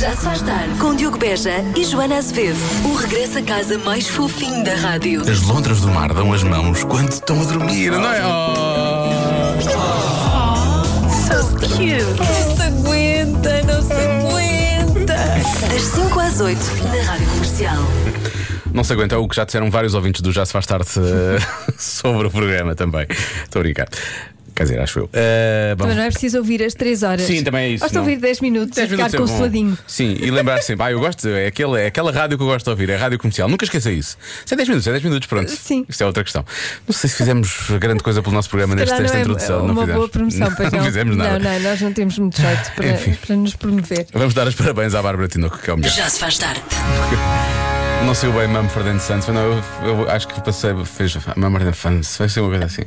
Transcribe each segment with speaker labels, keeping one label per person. Speaker 1: Já se faz tarde com Diogo Beja e Joana Azevedo. O regresso a casa mais fofinho da rádio.
Speaker 2: As lontras do mar dão as mãos quando estão a dormir, não é? Oh.
Speaker 1: Não se aguenta, não se aguenta. Das 5 às 8 na rádio comercial.
Speaker 2: Não se aguenta, é o que já disseram vários ouvintes do Já Se Faz Tarde eh, sobre o programa também. Estou a brincar. Quer dizer, acho eu. Eh, bom.
Speaker 3: Mas não é preciso ouvir as 3 horas.
Speaker 2: Sim, também é isso,
Speaker 3: Basta
Speaker 2: não?
Speaker 3: ouvir 10 minutos e
Speaker 2: Dez
Speaker 3: ficar
Speaker 2: minutos é bom.
Speaker 3: consoladinho.
Speaker 2: Sim, e lembrar sempre, ah, eu gosto, é aquela, é aquela rádio que eu gosto de ouvir, é a rádio comercial. Nunca esqueça isso. Se é 10 minutos, é 10 minutos, pronto.
Speaker 3: Eh, Sim.
Speaker 2: Isto é outra questão. Não sei se fizemos grande coisa pelo nosso programa neste,
Speaker 3: Calhar
Speaker 2: nesta
Speaker 3: não é
Speaker 2: introdução.
Speaker 3: uma
Speaker 2: não fizemos.
Speaker 3: boa promoção, pois não.
Speaker 2: Não fizemos nada.
Speaker 3: Não, não, nós não temos muito jeito
Speaker 2: Enfim. Então
Speaker 3: para, para nos promover.
Speaker 2: Vamos dar os parabéns à Bárbara Tinoco, que é o melhor.
Speaker 1: Já se faz tarde.
Speaker 2: Não sei o bem Mumford and Sons, mas não, eu, eu acho que passei, fez Mumford and Sons, vai ser uma coisa assim.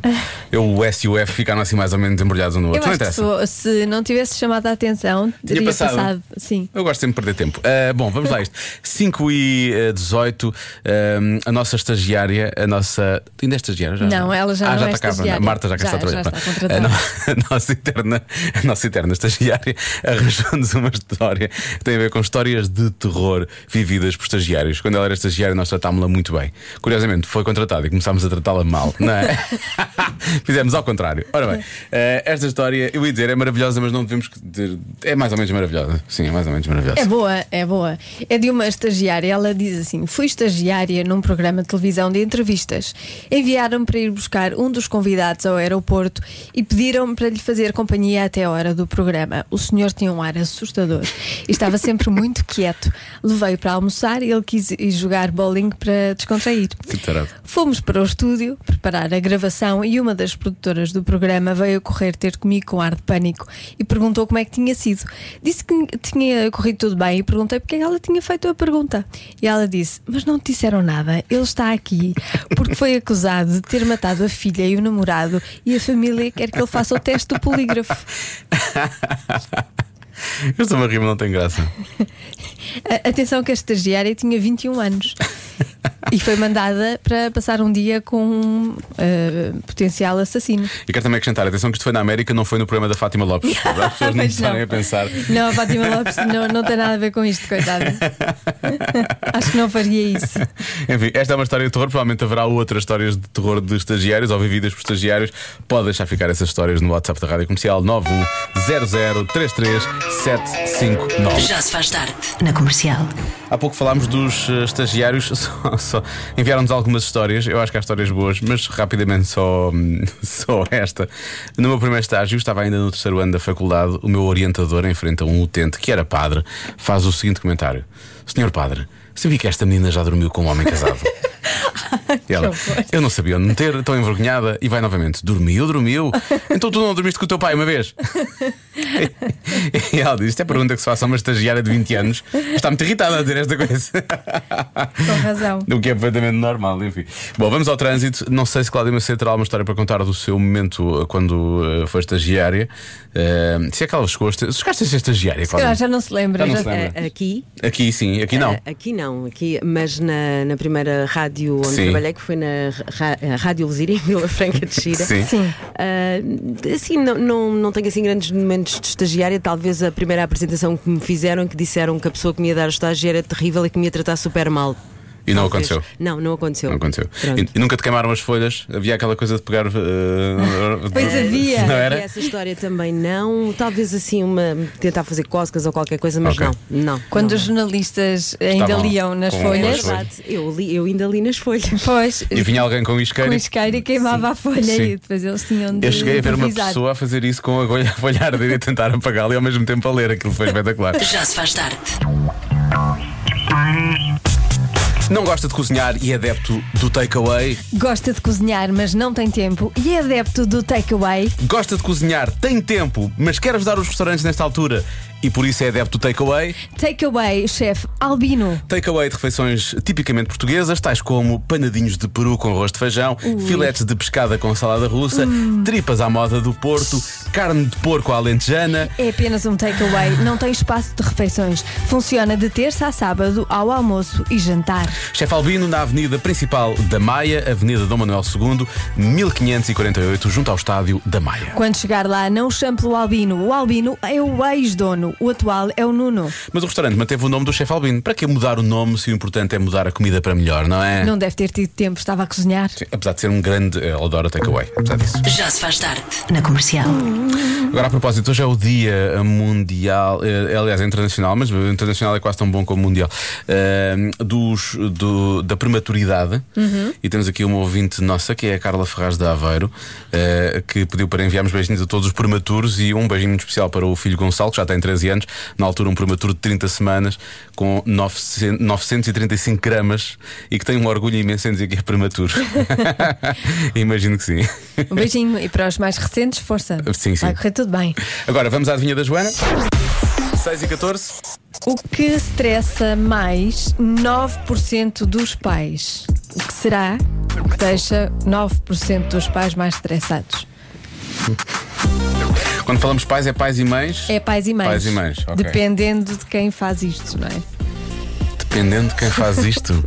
Speaker 2: Eu, o S e o F ficaram assim mais ou menos embrulhados um no
Speaker 3: Eu
Speaker 2: outro. não
Speaker 3: acho que
Speaker 2: interessa.
Speaker 3: se, se não tivesse chamado a atenção, teria
Speaker 2: passado.
Speaker 3: Sim.
Speaker 2: Eu gosto sempre de perder tempo. Ah, bom, vamos lá a isto. 5 e eh, 18, ahm, a nossa estagiária, a nossa. Ainda é estagiária? Já?
Speaker 3: Não, ela já
Speaker 2: ah,
Speaker 3: não
Speaker 2: já
Speaker 3: é
Speaker 2: está cá,
Speaker 3: estagiária.
Speaker 2: A Marta já cá
Speaker 3: Já,
Speaker 2: está a
Speaker 3: já
Speaker 2: trabalhar.
Speaker 3: está
Speaker 2: Pronto.
Speaker 3: contratada.
Speaker 2: A no- a nossa interna, a nossa interna estagiária arranjou-nos uma história que tem a ver com histórias de terror vividas por estagiários. Quando ela era estagiária, nós tratámos-la muito bem. Curiosamente, foi contratada e começámos a tratá-la mal, não é? Fizemos ao contrário. Ora bem, eh, esta história, eu ia dizer, é maravilhosa, mas não devemos. que dizer- É mais ou menos maravilhosa. Sim, é mais ou menos maravilhosa.
Speaker 3: É boa, é boa. É de uma estagiária. Ela diz assim: fui estagiária num programa de televisão de entrevistas. Enviaram-me para ir buscar um dos convidados ao aeroporto e pediram-me para lhe fazer companhia até a hora do programa. O senhor tinha um ar assustador e estava sempre muito quieto. Levei-o para almoçar e ele quis ir jogar bowling para descontrair.
Speaker 2: Que tarado.
Speaker 3: Fomos para o estúdio preparar a gravação e uma das produtoras do programa veio correr ter comigo com ar de pânico e perguntou como é que tinha sido. Disse que tinha corrido tudo bem e perguntei porque é que ela tinha feito a pergunta. E ela disse: Mas não te disseram nada, ele está aqui porque foi acusado de ter matado a filha e o namorado e a família quer que ele faça o teste do polígrafo.
Speaker 2: Eu estou a rir, mas não tem graça.
Speaker 3: A- atenção que a estagiária tinha 21 anos. E foi mandada para passar um dia com um eh, potencial assassino.
Speaker 2: E quero também acrescentar: atenção, que isto foi na América, não foi no programa da Fátima Lopes. Para as pessoas não
Speaker 3: Pois
Speaker 2: começarem a pensar.
Speaker 3: Não, a Fátima Lopes não, não tem nada a ver com isto, coitada. Acho que não faria isso.
Speaker 2: Enfim, esta é uma história de terror. Provavelmente haverá outras histórias de terror de estagiários ou vividas por estagiários. Pode deixar ficar essas histórias no WhatsApp da Rádio Comercial 910033759.
Speaker 1: Já se faz tarde na comercial.
Speaker 2: Há pouco falámos dos eh, estagiários, só, só- enviaram-nos algumas histórias. Eu acho que há histórias boas, mas rapidamente só, hum, só esta. No meu primeiro estágio, estava ainda no terceiro ano da faculdade, o meu orientador enfrenta um utente que era padre, faz o seguinte comentário: Senhor padre, sabia que esta menina já dormiu com um homem casado? E ela, eu não sabia onde meter, estou envergonhada e vai novamente. Dormiu, dormiu. Então tu não dormiste com o teu pai uma vez? E ela diz: Isto é a pergunta que se faça a uma estagiária de 20 anos. Está muito irritada a dizer esta coisa.
Speaker 3: Com razão.
Speaker 2: O que é perfeitamente normal, enfim. Bom, vamos ao trânsito. Não sei se Cláudia Macedo terá uma história para contar do seu momento eh, quando eh, foi estagiária. Eh, se é que ela chegou a esta- chegaste a ser estagiária,
Speaker 3: Ah,
Speaker 2: Cláudia?
Speaker 3: já não se lembra.
Speaker 2: um- Já não
Speaker 3: já-
Speaker 2: se lembra.
Speaker 4: Aqui?
Speaker 2: Aqui sim, aqui não.
Speaker 4: Eh, Aqui não, aqui, mas na, na primeira rádio onde
Speaker 2: Sim.
Speaker 4: trabalhei, que foi na ra- eh, Rádio Luzira, em Vila Franca de Xira.
Speaker 2: Sim.
Speaker 3: Sim.
Speaker 4: Ah, assim, não, não, não tenho assim grandes momentos de estagiária. Talvez a primeira apresentação que me fizeram, que disseram que a pessoa que me ia dar o estágio era terrível e que me ia tratar super mal.
Speaker 2: E não
Speaker 4: Talvez.
Speaker 2: aconteceu.
Speaker 4: Não, não aconteceu.
Speaker 2: Não aconteceu.
Speaker 4: Pronto.
Speaker 2: E, e nunca te queimaram as folhas? Havia aquela coisa de pegar. eh,
Speaker 3: Pois
Speaker 2: eh,
Speaker 3: havia.
Speaker 2: Não
Speaker 4: Ah, E
Speaker 2: era?
Speaker 4: essa história também não. Talvez assim, uma tentar fazer cócegas ou qualquer coisa, mas
Speaker 2: Ok.
Speaker 4: não. não
Speaker 3: Quando
Speaker 4: não.
Speaker 3: os jornalistas ainda
Speaker 2: Estavam
Speaker 3: liam nas
Speaker 2: com
Speaker 3: folhas,
Speaker 2: as folhas.
Speaker 4: Verdade, eu, li, eu ainda li nas folhas.
Speaker 3: pois,
Speaker 2: E vinha alguém com isqueiro.
Speaker 3: com
Speaker 2: e-
Speaker 3: isqueiro e queimava a folha
Speaker 2: Sim.
Speaker 3: e depois eles tinham de.
Speaker 2: Eu cheguei a ver uma
Speaker 3: improvisar.
Speaker 2: pessoa a fazer isso com a agulha a folhar e a tentar apagá-la e ao mesmo tempo a ler. Aquilo foi espetacular.
Speaker 1: Já se faz tarde.
Speaker 2: Não gosta de cozinhar e é adepto do takeaway.
Speaker 3: Gosta de cozinhar, mas não tem tempo e é adepto do takeaway.
Speaker 2: Gosta de cozinhar, tem tempo, mas quer ajudar os restaurantes nesta altura e por isso é adepto do takeaway.
Speaker 3: Takeaway, chefe Albino.
Speaker 2: Takeaway de refeições tipicamente portuguesas, tais como panadinhos de peru com arroz de feijão, filetes de pescada com salada russa, tripas à moda do Porto, carne de porco à lentejana.
Speaker 3: É apenas um takeaway, não tem espaço de refeições. Funciona de terça a sábado ao almoço e jantar.
Speaker 2: Chefe Albino, na Avenida Principal da Maia, Avenida Dom Manuel II, 1548, junto ao Estádio da Maia.
Speaker 3: Quando chegar lá, não chame pelo Albino. O Albino é o ex-dono. Albano. O atual é o Nuno.
Speaker 2: Mas o restaurante manteve o nome do chefe Albino. Para que mudar o nome se o importante é mudar a comida para melhor, não é?
Speaker 3: Não deve ter tido tempo, estava a cozinhar.
Speaker 2: Sim, Apesar de ser um grande. eh, Ele adora takeaway, apesar disso.
Speaker 1: Já se faz tarde na comercial.
Speaker 2: Agora, a propósito, hoje é o Dia Mundial, eh, é, aliás, é internacional, mas o internacional é quase tão bom como o mundial, eh, dos, do- da prematuridade. E temos aqui uma ouvinte nossa, que é a Carla Ferraz de Aveiro, eh, que pediu para enviarmos beijinhos a todos os prematuros e um beijinho muito especial para o filho Gonçalo, que já tem 13 anos, na altura um prematuro de 30 semanas, com 900 935 gramas e que tem um orgulho imenso em dizer que é prematuro. Imagino que sim.
Speaker 3: Um beijinho e para os mais recentes, força.
Speaker 2: Sim, sim.
Speaker 3: Vai correr tudo bem.
Speaker 2: Agora vamos à adivinha da Joana. 6 e 14.
Speaker 3: O que estressa mais 9% dos pais? O que será o que deixa 9% dos pais mais estressados?
Speaker 2: Quando falamos pais, é pais e mães,
Speaker 3: É pais e mães.
Speaker 2: Pais e mães, ok.
Speaker 3: Dependendo de quem faz isto, não é?
Speaker 2: dependendo de quem faz isto.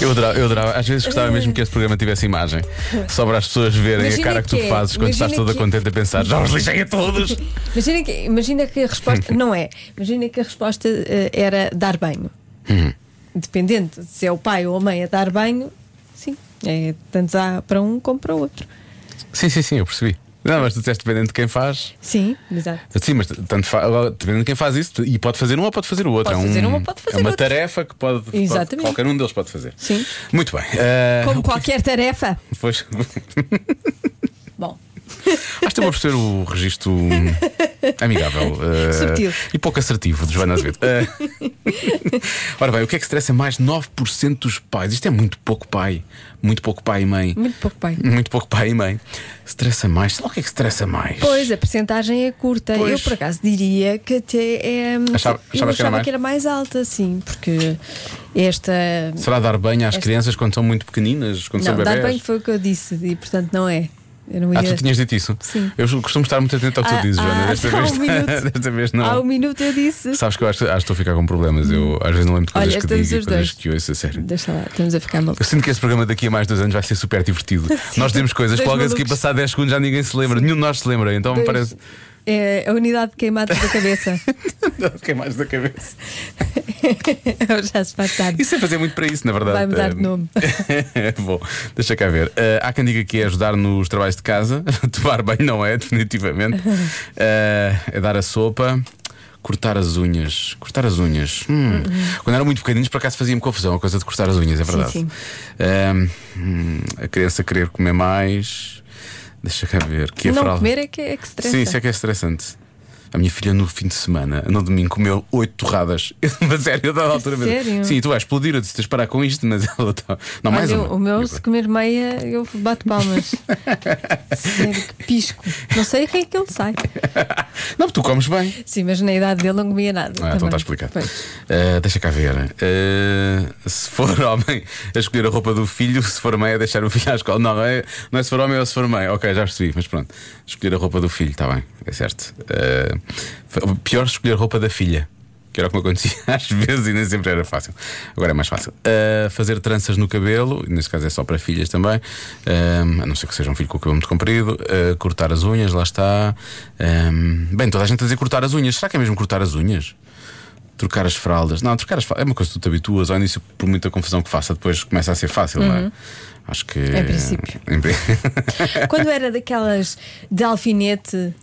Speaker 2: Eu adorava, eu adorava. às vezes gostava mesmo que este programa tivesse imagem, só para as pessoas verem
Speaker 3: Imagina
Speaker 2: a cara que tu
Speaker 3: que é,
Speaker 2: fazes quando
Speaker 3: imagina
Speaker 2: estás toda
Speaker 3: que-
Speaker 2: contente a pensar, já os lixei a todos.
Speaker 3: Imagina que, imagina que a resposta. não é. Imagina que a resposta eh, era dar banho.
Speaker 2: Uhum.
Speaker 3: Dependente de se é o pai ou a mãe a dar banho, sim. É, tanto dá para um como para o outro.
Speaker 2: Sim, sim, sim, eu percebi. Não, mas tu disseste dependendo de quem faz.
Speaker 3: Sim, exato.
Speaker 2: Sim, mas tanto fa- agora, dependendo de quem faz isso, e pode fazer um ou pode fazer o outro.
Speaker 3: Pode
Speaker 2: é um-
Speaker 3: fazer um ou pode fazer
Speaker 2: É uma
Speaker 3: outro.
Speaker 2: tarefa que pode, pode-
Speaker 3: Exatamente.
Speaker 2: Qualquer um deles pode fazer.
Speaker 3: Sim.
Speaker 2: Muito bem. eh,
Speaker 3: Como qualquer tarefa.
Speaker 2: pois-
Speaker 3: Bom.
Speaker 2: Acho que eu vou perceber o registro hum, amigável eh,
Speaker 3: Subtil.
Speaker 2: e pouco assertivo de Joana Azevedo. Eh, Ora bem, o que é que estressa mais 9% dos pais? Isto é muito pouco pai. Muito pouco pai e mãe.
Speaker 3: Muito pouco pai.
Speaker 2: Muito pouco pai e mãe. Estressa mais. Sei lá o que é que estressa mais.
Speaker 3: Pois, a percentagem é curta.
Speaker 2: Pois.
Speaker 3: Eu, por acaso, diria que até é. hum,
Speaker 2: Achava-
Speaker 3: eu
Speaker 2: achavas que era
Speaker 3: achava
Speaker 2: mais?
Speaker 3: que era mais alta, sim, porque esta.
Speaker 2: Será dar banho às
Speaker 3: Esta-
Speaker 2: crianças quando são muito pequeninas, quando são
Speaker 3: Não,
Speaker 2: bebés?
Speaker 3: dar bem foi o que eu disse e, portanto, não é. Eu não ia.
Speaker 2: Ah, tu tinhas dito isso?
Speaker 3: Sim.
Speaker 2: Eu costumo estar muito atento ao que
Speaker 3: Ah,
Speaker 2: tu dizes, Joana.
Speaker 3: ah,
Speaker 2: Desta,
Speaker 3: há um
Speaker 2: vez,
Speaker 3: minuto.
Speaker 2: desta vez não.
Speaker 3: Há um minuto eu disse.
Speaker 2: Sabes que eu acho, acho que estou a ficar com problemas. Eu às vezes não lembro de
Speaker 3: Olha,
Speaker 2: coisas que digo
Speaker 3: estamos
Speaker 2: e
Speaker 3: os
Speaker 2: coisas
Speaker 3: dois.
Speaker 2: que ouço, a sério.
Speaker 3: Deixa lá, estamos a ficar
Speaker 2: Eu
Speaker 3: malucos.
Speaker 2: sinto que esse programa daqui a mais dois anos vai ser super divertido. Nós dizemos coisas que
Speaker 3: Dois
Speaker 2: logo a seguir,
Speaker 3: malucos.
Speaker 2: passar 10 segundos, já ninguém se lembra. Nenhum de nós se lembra. Então me parece.
Speaker 3: É a unidade de queimados da cabeça.
Speaker 2: Fiquei mais da cabeça.
Speaker 3: Já se faz tarde.
Speaker 2: Isso é fazer muito para isso, na verdade.
Speaker 3: Vai mudar de
Speaker 2: Eh,
Speaker 3: nome.
Speaker 2: Bom, deixa cá ver. Eh, há quem diga que é ajudar nos trabalhos de casa. Tomar banho não é, definitivamente. Eh, é dar a sopa. Cortar as unhas. Cortar as unhas. Hum. Quando eram muito pequeninos, por acaso fazia-me confusão a coisa de cortar as unhas, é verdade.
Speaker 3: sim.
Speaker 2: Eh, hum, a criança querer comer mais. Deixa cá ver. Que a
Speaker 3: não
Speaker 2: fralda-
Speaker 3: comer é que, é que estressa.
Speaker 2: Sim, isso é que é estressante. A minha filha no fim de semana, no domingo, comeu oito torradas. Eu, mas sério, eu dava altura mesmo.
Speaker 3: É sério?
Speaker 2: Sim, tu vais explodir, eu disse: tens de parar com isto, mas ela está. Não, é mais
Speaker 3: Olha,
Speaker 2: uma.
Speaker 3: o meu,
Speaker 2: Eu-
Speaker 3: se comer meia, eu bato palmas. Sério, que pisco. Não sei a quem é que ele sai.
Speaker 2: Não, tu comes bem.
Speaker 3: Sim, mas na idade dele não comia
Speaker 2: Ah,
Speaker 3: nada.
Speaker 2: então
Speaker 3: também.
Speaker 2: está explicado.
Speaker 3: Pois.
Speaker 2: Ah, deixa cá ver. Ah, se for homem, a escolher a roupa do filho, se for mãe, a deixar o filho à escola. Não, não é, não é se for homem ou se for mãe. Ok, já percebi, mas pronto. Escolher a roupa do filho, está bem, é certo. Ah, fa- pior escolher a roupa da filha. Que era o que me acontecia às vezes e nem sempre era fácil. Agora é mais fácil. Ah, fazer tranças no cabelo, e nesse caso é só para filhas também, ah, a não ser que seja um filho com o cabelo muito comprido. Ah, cortar as unhas, lá está. Ah, bem, toda a gente a dizer cortar as unhas. Será que é mesmo cortar as unhas? Trocar as fraldas. Não, trocar as fraldas é uma coisa que tu te habituas. Ao início, por muita confusão que faça, depois começa a ser fácil, não é? Acho que.
Speaker 3: Em Uhum. princípio.
Speaker 2: Em pri-
Speaker 3: Quando era daquelas de alfinete,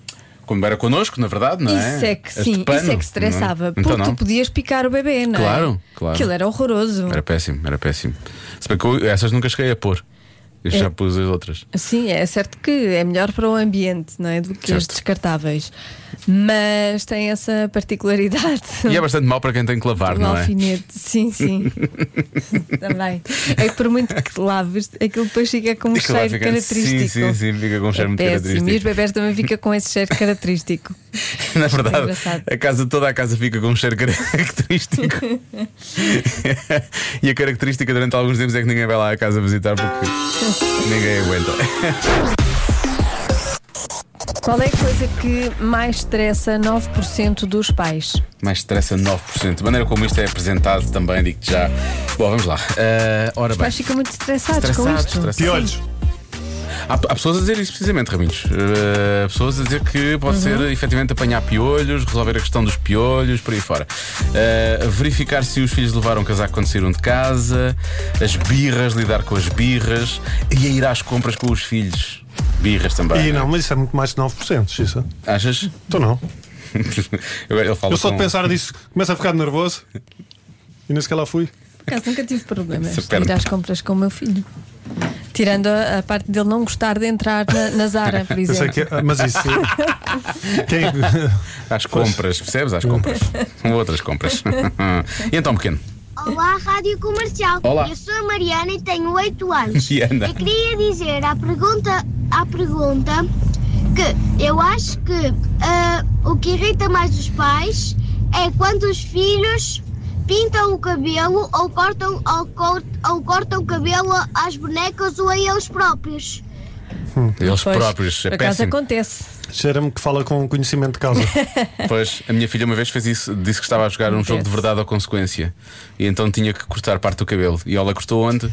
Speaker 2: Como era connosco, na verdade, não é?
Speaker 3: isso é que
Speaker 2: As de
Speaker 3: sim,
Speaker 2: pano,
Speaker 3: isso é
Speaker 2: não
Speaker 3: que estressava. Porque
Speaker 2: Então, não.
Speaker 3: tu podias picar o bebê, não é?
Speaker 2: Claro, claro.
Speaker 3: Aquilo era horroroso.
Speaker 2: Era péssimo, era péssimo. Se bem que eu- essas nunca cheguei a pôr. Eu
Speaker 3: É.
Speaker 2: já pus as outras.
Speaker 3: Sim, é certo que é melhor para o ambiente, não é? Do que as
Speaker 2: Certo.
Speaker 3: descartáveis. Mas tem essa particularidade.
Speaker 2: E é bastante mau para quem tem que lavar,
Speaker 3: do
Speaker 2: não é?
Speaker 3: alfinete, sim, sim. Também. É que por muito que laves, aquilo depois fica com um
Speaker 2: Aquilo vai
Speaker 3: cheiro
Speaker 2: ficar-
Speaker 3: característico.
Speaker 2: Sim, sim, sim, fica com um cheiro
Speaker 3: É
Speaker 2: muito
Speaker 3: péssimo. E os
Speaker 2: característico.
Speaker 3: bebés também fica com esse cheiro característico.
Speaker 2: Na verdade,
Speaker 3: É engraçado.
Speaker 2: a casa, toda a casa fica com um cheiro característico. e a característica durante alguns tempos é que ninguém vai lá à casa visitar porque ninguém aguenta.
Speaker 3: Qual é a coisa que mais estressa 9% dos pais?
Speaker 2: Mais estressa 9%. A maneira como isto é apresentado também, digo já. Bom, vamos lá. Ah, ora
Speaker 3: Os pais
Speaker 2: bem.
Speaker 3: ficam muito estressados, com
Speaker 2: Estressados,
Speaker 3: isto.
Speaker 2: estressados.
Speaker 5: Piolhos.
Speaker 2: Há, há pessoas a dizer isso precisamente, Raminhos. Eh, pessoas a dizer que pode ser
Speaker 3: Uhum.
Speaker 2: efetivamente apanhar piolhos, resolver a questão dos piolhos, por aí fora. Eh, verificar se os filhos levaram casaco quando saíram de casa, as birras, lidar com as birras e a ir às compras com os filhos. Birras também.
Speaker 5: E
Speaker 2: né?
Speaker 5: não, mas isso é muito mais de 9%, Xissa.
Speaker 2: Achas?
Speaker 5: Então não.
Speaker 2: Eu, ele fala
Speaker 5: Eu só de
Speaker 2: com-
Speaker 5: pensar nisso começo a ficar nervoso. E nem sequer lá fui.
Speaker 3: Por acaso nunca tive problemas de
Speaker 2: Super.
Speaker 3: ir às compras com o meu filho. Tirando a, a parte dele não gostar de entrar na, na Zara, por
Speaker 5: Eu sei
Speaker 3: exemplo.
Speaker 5: que. é- Mas isso. Quem.
Speaker 2: Às compras, percebes? Às compras. Outras compras. e então, pequeno.
Speaker 6: Olá, Rádio Comercial.
Speaker 2: Olá.
Speaker 6: Eu sou a Mariana e tenho 8 anos.
Speaker 2: Mariana.
Speaker 6: Eu queria dizer à pergunta, à pergunta que eu acho que ah, o que irrita mais os pais é quando os filhos pintam o cabelo ou cortam, ou cor- ou cortam o cabelo às bonecas ou a eles próprios.
Speaker 2: Eles
Speaker 3: Pois,
Speaker 2: próprios.
Speaker 3: Por
Speaker 2: É
Speaker 3: acaso
Speaker 2: péssimo.
Speaker 3: acontece.
Speaker 5: Cheira-me que fala com conhecimento de causa.
Speaker 2: Pois, a minha filha uma vez fez isso, disse que estava a jogar um jogo de
Speaker 3: Acontece.
Speaker 2: verdade ou consequência. E então tinha que cortar parte do cabelo. E ela cortou onde?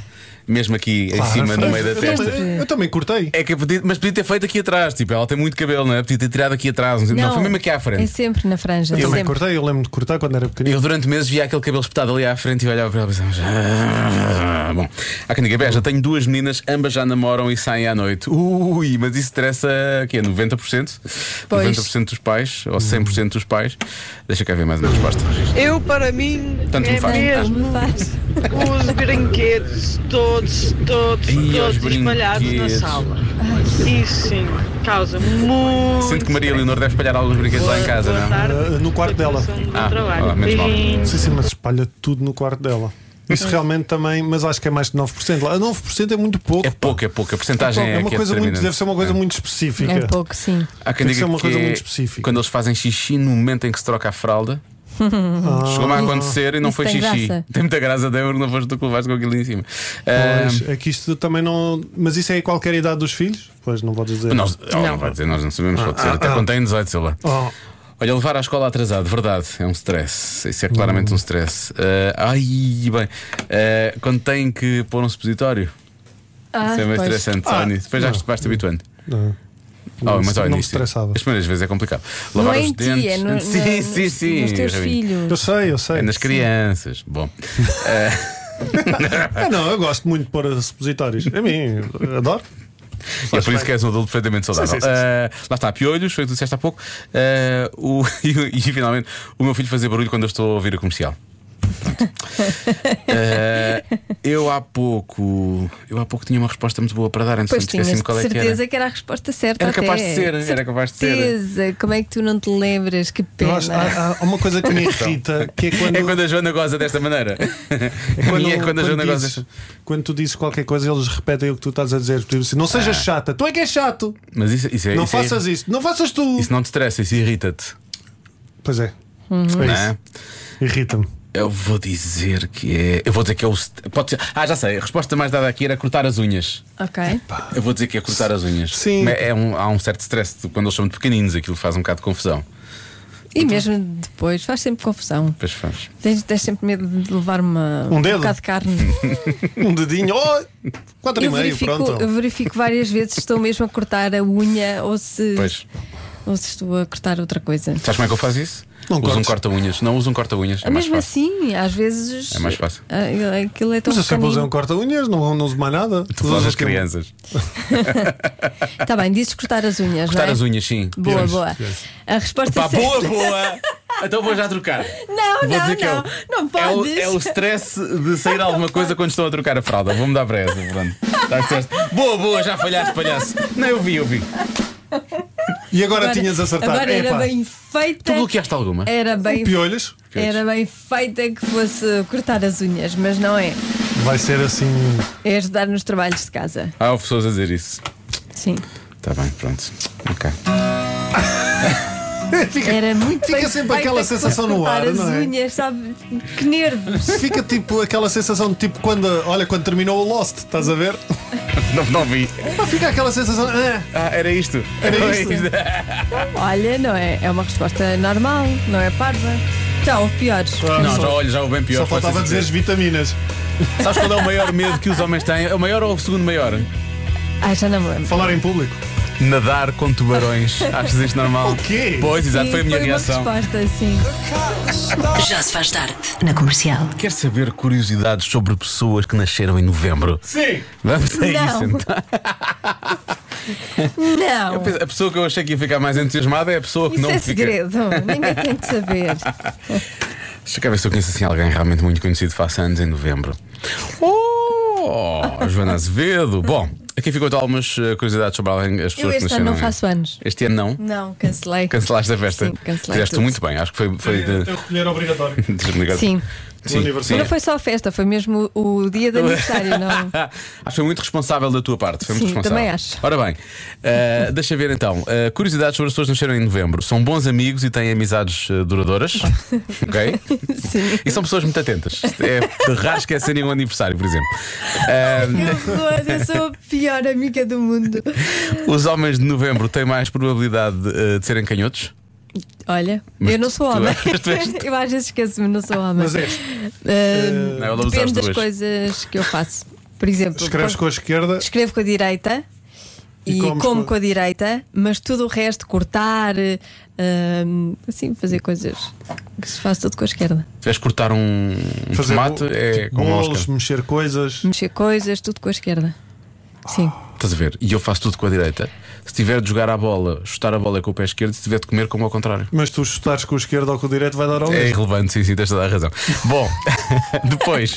Speaker 2: Mesmo aqui em cima, no
Speaker 5: Claro,
Speaker 2: meio da
Speaker 5: Ah, eu
Speaker 2: testa.
Speaker 5: também- Eu também cortei.
Speaker 2: É que eu podia- mas podia ter feito aqui atrás, tipo, ela tem muito cabelo, não é? Podia ter tirado aqui atrás, não, foi mesmo aqui à
Speaker 3: É
Speaker 2: frente.
Speaker 3: sempre na franja.
Speaker 5: Eu também
Speaker 3: sempre.
Speaker 5: cortei, eu lembro de cortar quando era pequenino.
Speaker 2: Eu durante meses via aquele cabelo espetado ali à frente e olhava para ela e pensava. "Ah, Bom, há quem diga, "Bem, já tenho duas meninas, ambas já namoram e saem à noite. Ui, mas isso interessa aqui é 90%?
Speaker 3: Pois.
Speaker 2: 90% dos pais, ou 100% dos pais. Deixa cá ver mais uma resposta.
Speaker 7: Eu, para mim,
Speaker 2: Tanto me
Speaker 7: é
Speaker 2: faz.
Speaker 7: mesmo
Speaker 3: Como faz?
Speaker 7: os brinquedos todos, todos,
Speaker 2: Ih, os
Speaker 7: todos espalhados na
Speaker 2: brinquedos.
Speaker 7: sala. Isso sim, causa muito.
Speaker 2: Sinto que Maria Leonor deve espalhar alguns brinquedos lá em casa,
Speaker 7: Boa
Speaker 2: não?
Speaker 7: tarde.
Speaker 5: Ah, no quarto dela.
Speaker 7: Continuação do bom
Speaker 2: Ah,
Speaker 7: um trabalho.
Speaker 2: ah, menos mal.
Speaker 7: Beijinhos.
Speaker 5: Sim, sim, mas espalha tudo no quarto dela. Isso realmente também, mas acho que é mais de 9%. Lá, 9% é muito pouco.
Speaker 2: É pouco, é pouco. A porcentagem é,
Speaker 5: é uma
Speaker 2: que é
Speaker 5: coisa muito,
Speaker 2: determinante.
Speaker 5: deve ser uma coisa muito específica.
Speaker 3: É pouco, sim.
Speaker 2: Há quem
Speaker 5: Tem
Speaker 2: diga
Speaker 5: que ser uma
Speaker 2: que
Speaker 5: coisa
Speaker 2: é
Speaker 5: muito específica.
Speaker 2: Quando eles fazem xixi no momento em que se troca a fralda. Chegou-me a
Speaker 5: Ah.
Speaker 2: acontecer e não
Speaker 3: Isso
Speaker 2: foi
Speaker 3: tem
Speaker 2: xixi.
Speaker 3: graça.
Speaker 2: Tem muita graça, Débora, não foste tu que levaste com aquilo em cima. Ah,
Speaker 5: Pois, é que isto também não. Mas isso é a qualquer idade dos filhos? Pois não podes dizer.
Speaker 2: nós, oh, não. vai dizer, nós não sabemos, pode ser. Até
Speaker 5: ah.
Speaker 2: quando tem 18, sei lá.
Speaker 5: Oh,
Speaker 2: Olha, levar à escola atrasado, verdade, é um stress. Isso é
Speaker 5: Hum.
Speaker 2: claramente um stress. Ah, ai, bem, ah, quando tem que pôr um supositório,
Speaker 3: Ah,
Speaker 2: isso é mais
Speaker 3: pois.
Speaker 2: estressante.
Speaker 5: Ah,
Speaker 2: só nisso. Depois já
Speaker 5: não.
Speaker 2: vais-te habituando.
Speaker 5: não.
Speaker 2: Oh,
Speaker 5: Não,
Speaker 2: mas olha,
Speaker 5: não me
Speaker 2: nisso,
Speaker 5: estressava.
Speaker 2: As primeiras vezes é complicado.
Speaker 3: Não
Speaker 2: Lavar
Speaker 3: é
Speaker 2: os
Speaker 3: em
Speaker 2: dentes.
Speaker 3: ti, é no,
Speaker 2: sim,
Speaker 3: na-
Speaker 2: sim, sim.
Speaker 3: nos teus
Speaker 2: Rabinho.
Speaker 5: Eu
Speaker 3: filhos.
Speaker 5: sei, eu sei.
Speaker 2: É nas crianças. Bom,
Speaker 5: Ah, não, eu gosto muito de pôr supositórios. A mim, adoro.
Speaker 2: é por isso que és um adulto perfeitamente saudável.
Speaker 5: Sim, sim, sim, sim.
Speaker 2: Ah, lá está, piolhos, foi o que tu disseste há pouco. Ah, o- e, e, finalmente, o meu filho fazer barulho quando eu estou a ouvir a comercial. Pronto. Ah, eu há pouco eu há pouco tinha uma resposta muito boa para dar antes
Speaker 3: Pois
Speaker 2: de me esquecer
Speaker 3: tinhas
Speaker 2: qual é que era.
Speaker 3: certeza que era a resposta certa.
Speaker 2: Era capaz
Speaker 3: até.
Speaker 2: de ser, era capaz de ser.
Speaker 3: Certeza. Como é que tu não te lembras? Que
Speaker 5: Eu
Speaker 3: pena.
Speaker 5: acho- ah, há, há uma coisa que me irrita, que é quando.
Speaker 2: Então. É quando a Joana goza desta maneira. a minha é quando a Joana goza.
Speaker 5: dizes, quando tu dizes qualquer coisa, eles repetem o que tu estás a dizer. Tipo assim, não sejas chata, tu é que és chato.
Speaker 2: Mas isso, isso Ah. é
Speaker 5: não
Speaker 2: isso é-
Speaker 5: faças isto, não faças tu.
Speaker 2: Isso não te estressa, isso irrita-te.
Speaker 5: Pois é.
Speaker 3: Uhum.
Speaker 2: não
Speaker 5: É
Speaker 2: é?
Speaker 5: isso. Irrita-me.
Speaker 2: Eu vou dizer que é. Eu vou dizer que é o. st- Pode ser... Ah, já sei. A resposta mais dada aqui era cortar as unhas.
Speaker 5: ah,
Speaker 3: Ok.
Speaker 2: Eu vou dizer que é cortar as unhas.
Speaker 5: Sim.
Speaker 2: Mas É um- há um certo stress de quando eles são muito pequeninos, aquilo faz um bocado de confusão.
Speaker 5: então-
Speaker 3: E mesmo depois, faz sempre confusão.
Speaker 2: Pois faz.
Speaker 3: Tens, tens sempre medo de levar uma,
Speaker 5: Um dedo?
Speaker 3: bocado de carne.
Speaker 2: Hum,
Speaker 5: Um dedinho, oh, quatro
Speaker 3: eu,
Speaker 5: e meio,
Speaker 3: verifico,
Speaker 5: pronto.
Speaker 3: eu verifico várias vezes se estou mesmo a cortar a unha ou se,
Speaker 2: Pois.
Speaker 3: ou se estou a cortar outra coisa.
Speaker 2: Sabes como é que eu faço isso?
Speaker 5: Não
Speaker 2: uso um
Speaker 5: cortes.
Speaker 2: corta-unhas. Não uso um corta-unhas. É mais
Speaker 3: mesmo
Speaker 2: fácil.
Speaker 3: assim, às vezes.
Speaker 2: É mais fácil.
Speaker 3: ah, Aquilo é tão
Speaker 5: Mas eu sempre usei um
Speaker 3: pequenino.
Speaker 5: corta-unhas, não, não uso mais nada.
Speaker 3: assim.
Speaker 2: Tu usas as
Speaker 5: aquilo.
Speaker 2: crianças.
Speaker 3: Está Tá bem, dizes cortar as unhas,
Speaker 2: um- Cortar
Speaker 3: não é?
Speaker 2: as unhas, sim.
Speaker 3: Boa,
Speaker 5: Yes,
Speaker 3: boa.
Speaker 5: yes.
Speaker 3: A resposta é
Speaker 2: Pá,
Speaker 3: certa.
Speaker 2: boa, boa! Então vou já trocar.
Speaker 3: Não,
Speaker 2: Vou
Speaker 3: não,
Speaker 2: dizer que é o-
Speaker 3: não. Não
Speaker 2: É o,
Speaker 3: podes.
Speaker 2: é o stress de sair alguma coisa quando estou a trocar a fralda. Vou-me dar para essa, pronto. Tá certo. Boa, boa, já falhaste, palhaço. Não, eu vi, eu vi.
Speaker 5: E agora, tinhas acertado.
Speaker 3: Agora era
Speaker 5: Epá,
Speaker 3: bem feita.
Speaker 2: Tu bloqueaste alguma?
Speaker 3: Era bem,
Speaker 5: Piolhas,
Speaker 3: era bem feita que fosse cortar as unhas, mas não é.
Speaker 5: vai ser assim.
Speaker 3: É ajudar nos trabalhos de casa.
Speaker 2: Ah, houve pessoas a dizer isso.
Speaker 3: Sim.
Speaker 2: Está bem, pronto. Ok.
Speaker 5: Fica,
Speaker 3: Era muito
Speaker 5: Fica
Speaker 3: bem
Speaker 5: sempre
Speaker 3: feita
Speaker 5: aquela
Speaker 3: que fosse
Speaker 5: sensação no ar,
Speaker 3: cortar as
Speaker 5: não é?
Speaker 3: unhas, sabe? Que nervos.
Speaker 5: fica tipo aquela sensação de tipo quando, olha, quando terminou o Lost, estás a ver?
Speaker 2: Não, não vi.
Speaker 5: Pá, Fica aquela sensação. ah,
Speaker 2: Ah, era isto.
Speaker 5: Era isto.
Speaker 3: Olha, não é? É uma resposta normal, não é parva. Já houve piores.
Speaker 2: Não, já olho, já o bem pior.
Speaker 5: Ah, só faltava
Speaker 2: posso
Speaker 5: dizer as vitaminas.
Speaker 2: Sabes qual é o maior medo que os homens têm? É o maior ou o segundo maior?
Speaker 3: Ai, Ah, já não me lembro.
Speaker 5: Falar em público.
Speaker 2: Nadar com tubarões. Achas isto normal?
Speaker 5: O quê?
Speaker 2: Pois, exato,
Speaker 3: Sim,
Speaker 2: foi a minha
Speaker 3: foi
Speaker 2: reação.
Speaker 3: Uma resposta, sim.
Speaker 1: Já se faz tarde na comercial.
Speaker 2: Quer saber curiosidades sobre pessoas que nasceram em novembro?
Speaker 5: Sim!
Speaker 2: Vamos a isso
Speaker 3: Não.
Speaker 2: então.
Speaker 3: Não.
Speaker 2: A pessoa que eu achei que ia ficar mais entusiasmada é a pessoa que
Speaker 3: Isso
Speaker 2: não
Speaker 3: é
Speaker 2: fica.
Speaker 3: segredo. Ninguém tem que saber.
Speaker 2: Deixa cá ver se eu conheço assim alguém realmente muito conhecido faça anos em novembro. Oh, Joana Azevedo. Bom, aqui ficou então algumas eh, curiosidades sobre alguém, as
Speaker 3: Eu
Speaker 2: pessoas que
Speaker 3: este
Speaker 2: nasceram.
Speaker 3: ano não
Speaker 2: em-
Speaker 3: faço anos.
Speaker 2: Este ano não?
Speaker 3: Não, cancelei.
Speaker 2: Cancelaste a festa?
Speaker 3: Sim, cancelei
Speaker 2: Fizeste
Speaker 3: tudo.
Speaker 2: muito bem, acho que foi, foi de.
Speaker 5: Tem que recolher obrigatório.
Speaker 2: desligado.
Speaker 3: Sim.
Speaker 2: Sim,
Speaker 5: aniversário.
Speaker 2: sim.
Speaker 3: Não foi só a festa, foi mesmo o, o dia de aniversário, não? é?
Speaker 2: Ah, acho que foi muito responsável da tua parte. Foi muito
Speaker 3: Sim,
Speaker 2: responsável.
Speaker 3: também acho.
Speaker 2: Ora bem, eh, deixa ver então. Eh, curiosidades sobre as pessoas que nasceram em novembro. São bons amigos e têm amizades eh, duradouras. ok?
Speaker 3: Sim.
Speaker 2: E são pessoas muito atentas. É de raro esquecerem um aniversário, por exemplo. Eh, Ahm,
Speaker 3: Que horror, eu sou a pior amiga do mundo.
Speaker 2: os homens de novembro têm mais probabilidade eh, de serem canhotos.
Speaker 3: Olha,
Speaker 2: Mas
Speaker 3: eu não sou
Speaker 2: tu- tu
Speaker 3: homem.
Speaker 2: és- tu és-
Speaker 3: Eu às vezes esqueço-me, não sou homem.
Speaker 5: Mas é,
Speaker 3: Ah,
Speaker 2: Não, ela usa as
Speaker 3: depende das
Speaker 2: duas.
Speaker 3: coisas que eu faço. Por exemplo,
Speaker 5: escreves com a esquerda,
Speaker 3: escrevo com a direita
Speaker 5: E
Speaker 3: e,
Speaker 5: comes
Speaker 3: como
Speaker 5: com-
Speaker 3: com a direita, mas tudo o resto, cortar, ah, assim, fazer coisas que se faz tudo com a esquerda.
Speaker 2: Se tiveres que cortar um, um
Speaker 5: fazer
Speaker 2: tomate,
Speaker 5: bo-
Speaker 2: é
Speaker 5: tipo,
Speaker 2: com uma
Speaker 5: bolos,
Speaker 2: Oscar.
Speaker 5: mexer coisas.
Speaker 3: Mexer coisas, tudo com a esquerda. Sim.
Speaker 2: Estás a ver? E eu faço tudo com a direita. Se tiver de jogar a bola, chutar a bola é com o pé esquerdo, se tiver de comer, como ao contrário.
Speaker 5: Mas tu chutares com o esquerdo ou com o direito vai dar ao
Speaker 2: É
Speaker 5: mesmo.
Speaker 2: irrelevante, sim, sim, tens toda a razão. Bom, depois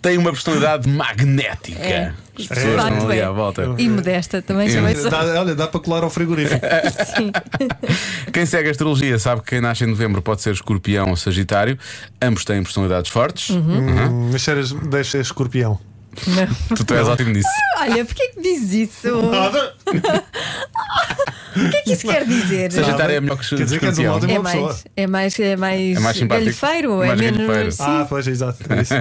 Speaker 2: tem uma personalidade magnética.
Speaker 3: É.
Speaker 2: As pessoas
Speaker 3: Facto
Speaker 2: estão ali
Speaker 3: é.
Speaker 2: à volta.
Speaker 3: E modesta também também sou.
Speaker 5: Dá- olha, dá para colar ao frigorífico.
Speaker 3: Sim.
Speaker 2: Quem segue a astrologia sabe que quem nasce em novembro pode ser escorpião ou sagitário. Ambos têm personalidades fortes. Uhum.
Speaker 5: Hum, Mas sério, deixa ser escorpião.
Speaker 3: Não.
Speaker 2: Tu, tu és ótimo nisso.
Speaker 3: Olha, porquê que diz isso? O
Speaker 5: Nada!
Speaker 3: que é que isso quer dizer?
Speaker 2: Sagitário é melhor que
Speaker 5: Quer dizer que és uma
Speaker 2: escorpião.
Speaker 5: ótima
Speaker 3: É
Speaker 5: pessoa.
Speaker 3: mais, é mais, é mais,
Speaker 2: É mais simpático.
Speaker 3: galhofeiro, é
Speaker 2: Mais galhofeiro.
Speaker 3: menos. Sim.
Speaker 5: Ah, pois, exato. é isso.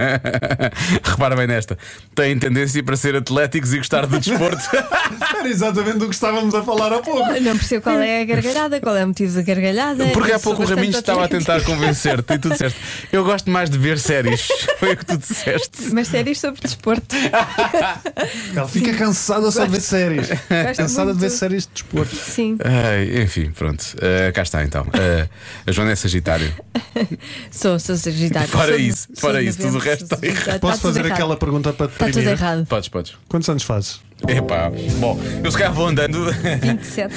Speaker 2: Repara bem nesta. Têm tendência para ser atléticos e gostar do desporto.
Speaker 5: Era exatamente do que estávamos a falar há pouco.
Speaker 3: Eu Não percebo qual é a gargalhada, qual é o motivo da gargalhada.
Speaker 2: Porque
Speaker 3: Eu
Speaker 2: há
Speaker 3: sou
Speaker 2: pouco o
Speaker 3: bastante
Speaker 2: Raminhos estava a
Speaker 3: atlética.
Speaker 2: tentar convencer-te e tu disseste: Eu gosto mais de ver séries. Foi o que tu disseste.
Speaker 3: Mas séries sobre desporto.
Speaker 5: Ela fica cansada só de ver séries. Cansada de ver
Speaker 3: muito.
Speaker 5: séries de desporto.
Speaker 3: Sim,
Speaker 2: Ai, enfim, pronto. Ah, cá está então. Ah, a Joana é Sagitário.
Speaker 3: sou, sou sagitário.
Speaker 2: Fora
Speaker 3: Sou-
Speaker 2: isso,
Speaker 3: sou
Speaker 2: fora
Speaker 3: de
Speaker 2: isso, tudo o
Speaker 3: novembro,
Speaker 2: resto
Speaker 3: sou
Speaker 2: está errado.
Speaker 3: sagitário.
Speaker 5: Posso
Speaker 3: Está Tá tudo
Speaker 5: fazer
Speaker 3: errado.
Speaker 5: aquela pergunta para te
Speaker 3: Está tudo
Speaker 5: deprimir?
Speaker 3: errado.
Speaker 2: Podes, podes.
Speaker 5: Quantos anos fazes?
Speaker 2: Epá, bom, eu se calhar vou andando.
Speaker 3: 27,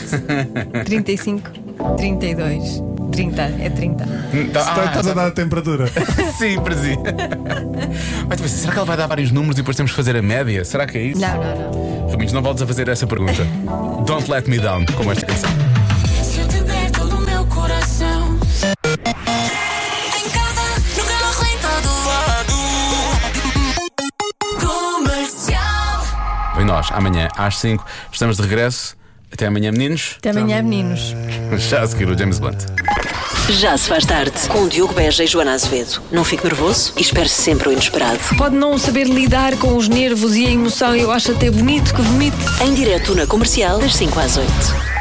Speaker 3: 35, 32, 30. É 30.
Speaker 2: Tá- ah,
Speaker 5: Estás a dar a temperatura.
Speaker 2: Sim, para si. Mas, tipo, será que ela vai dar vários números e depois temos que fazer a média? Será que é isso?
Speaker 3: Não, não, não.
Speaker 2: Raminhos, não voltes a fazer essa pergunta. Don't let me down, como esta canção.
Speaker 8: Se eu te der todo o meu coração Em casa, no carro, em todo lado Comercial
Speaker 2: E nós, amanhã às 5, estamos de regresso. Até amanhã, meninos.
Speaker 3: Até amanhã, meninos.
Speaker 2: Já a seguir o James Blunt.
Speaker 1: Já se faz tarde com Diogo Beja e Joana Azevedo. Não fique nervoso e espere sempre o inesperado.
Speaker 3: Pode não saber lidar com os nervos e a emoção. Eu acho até bonito que vomite.
Speaker 1: Em direto na comercial das 5 às 8.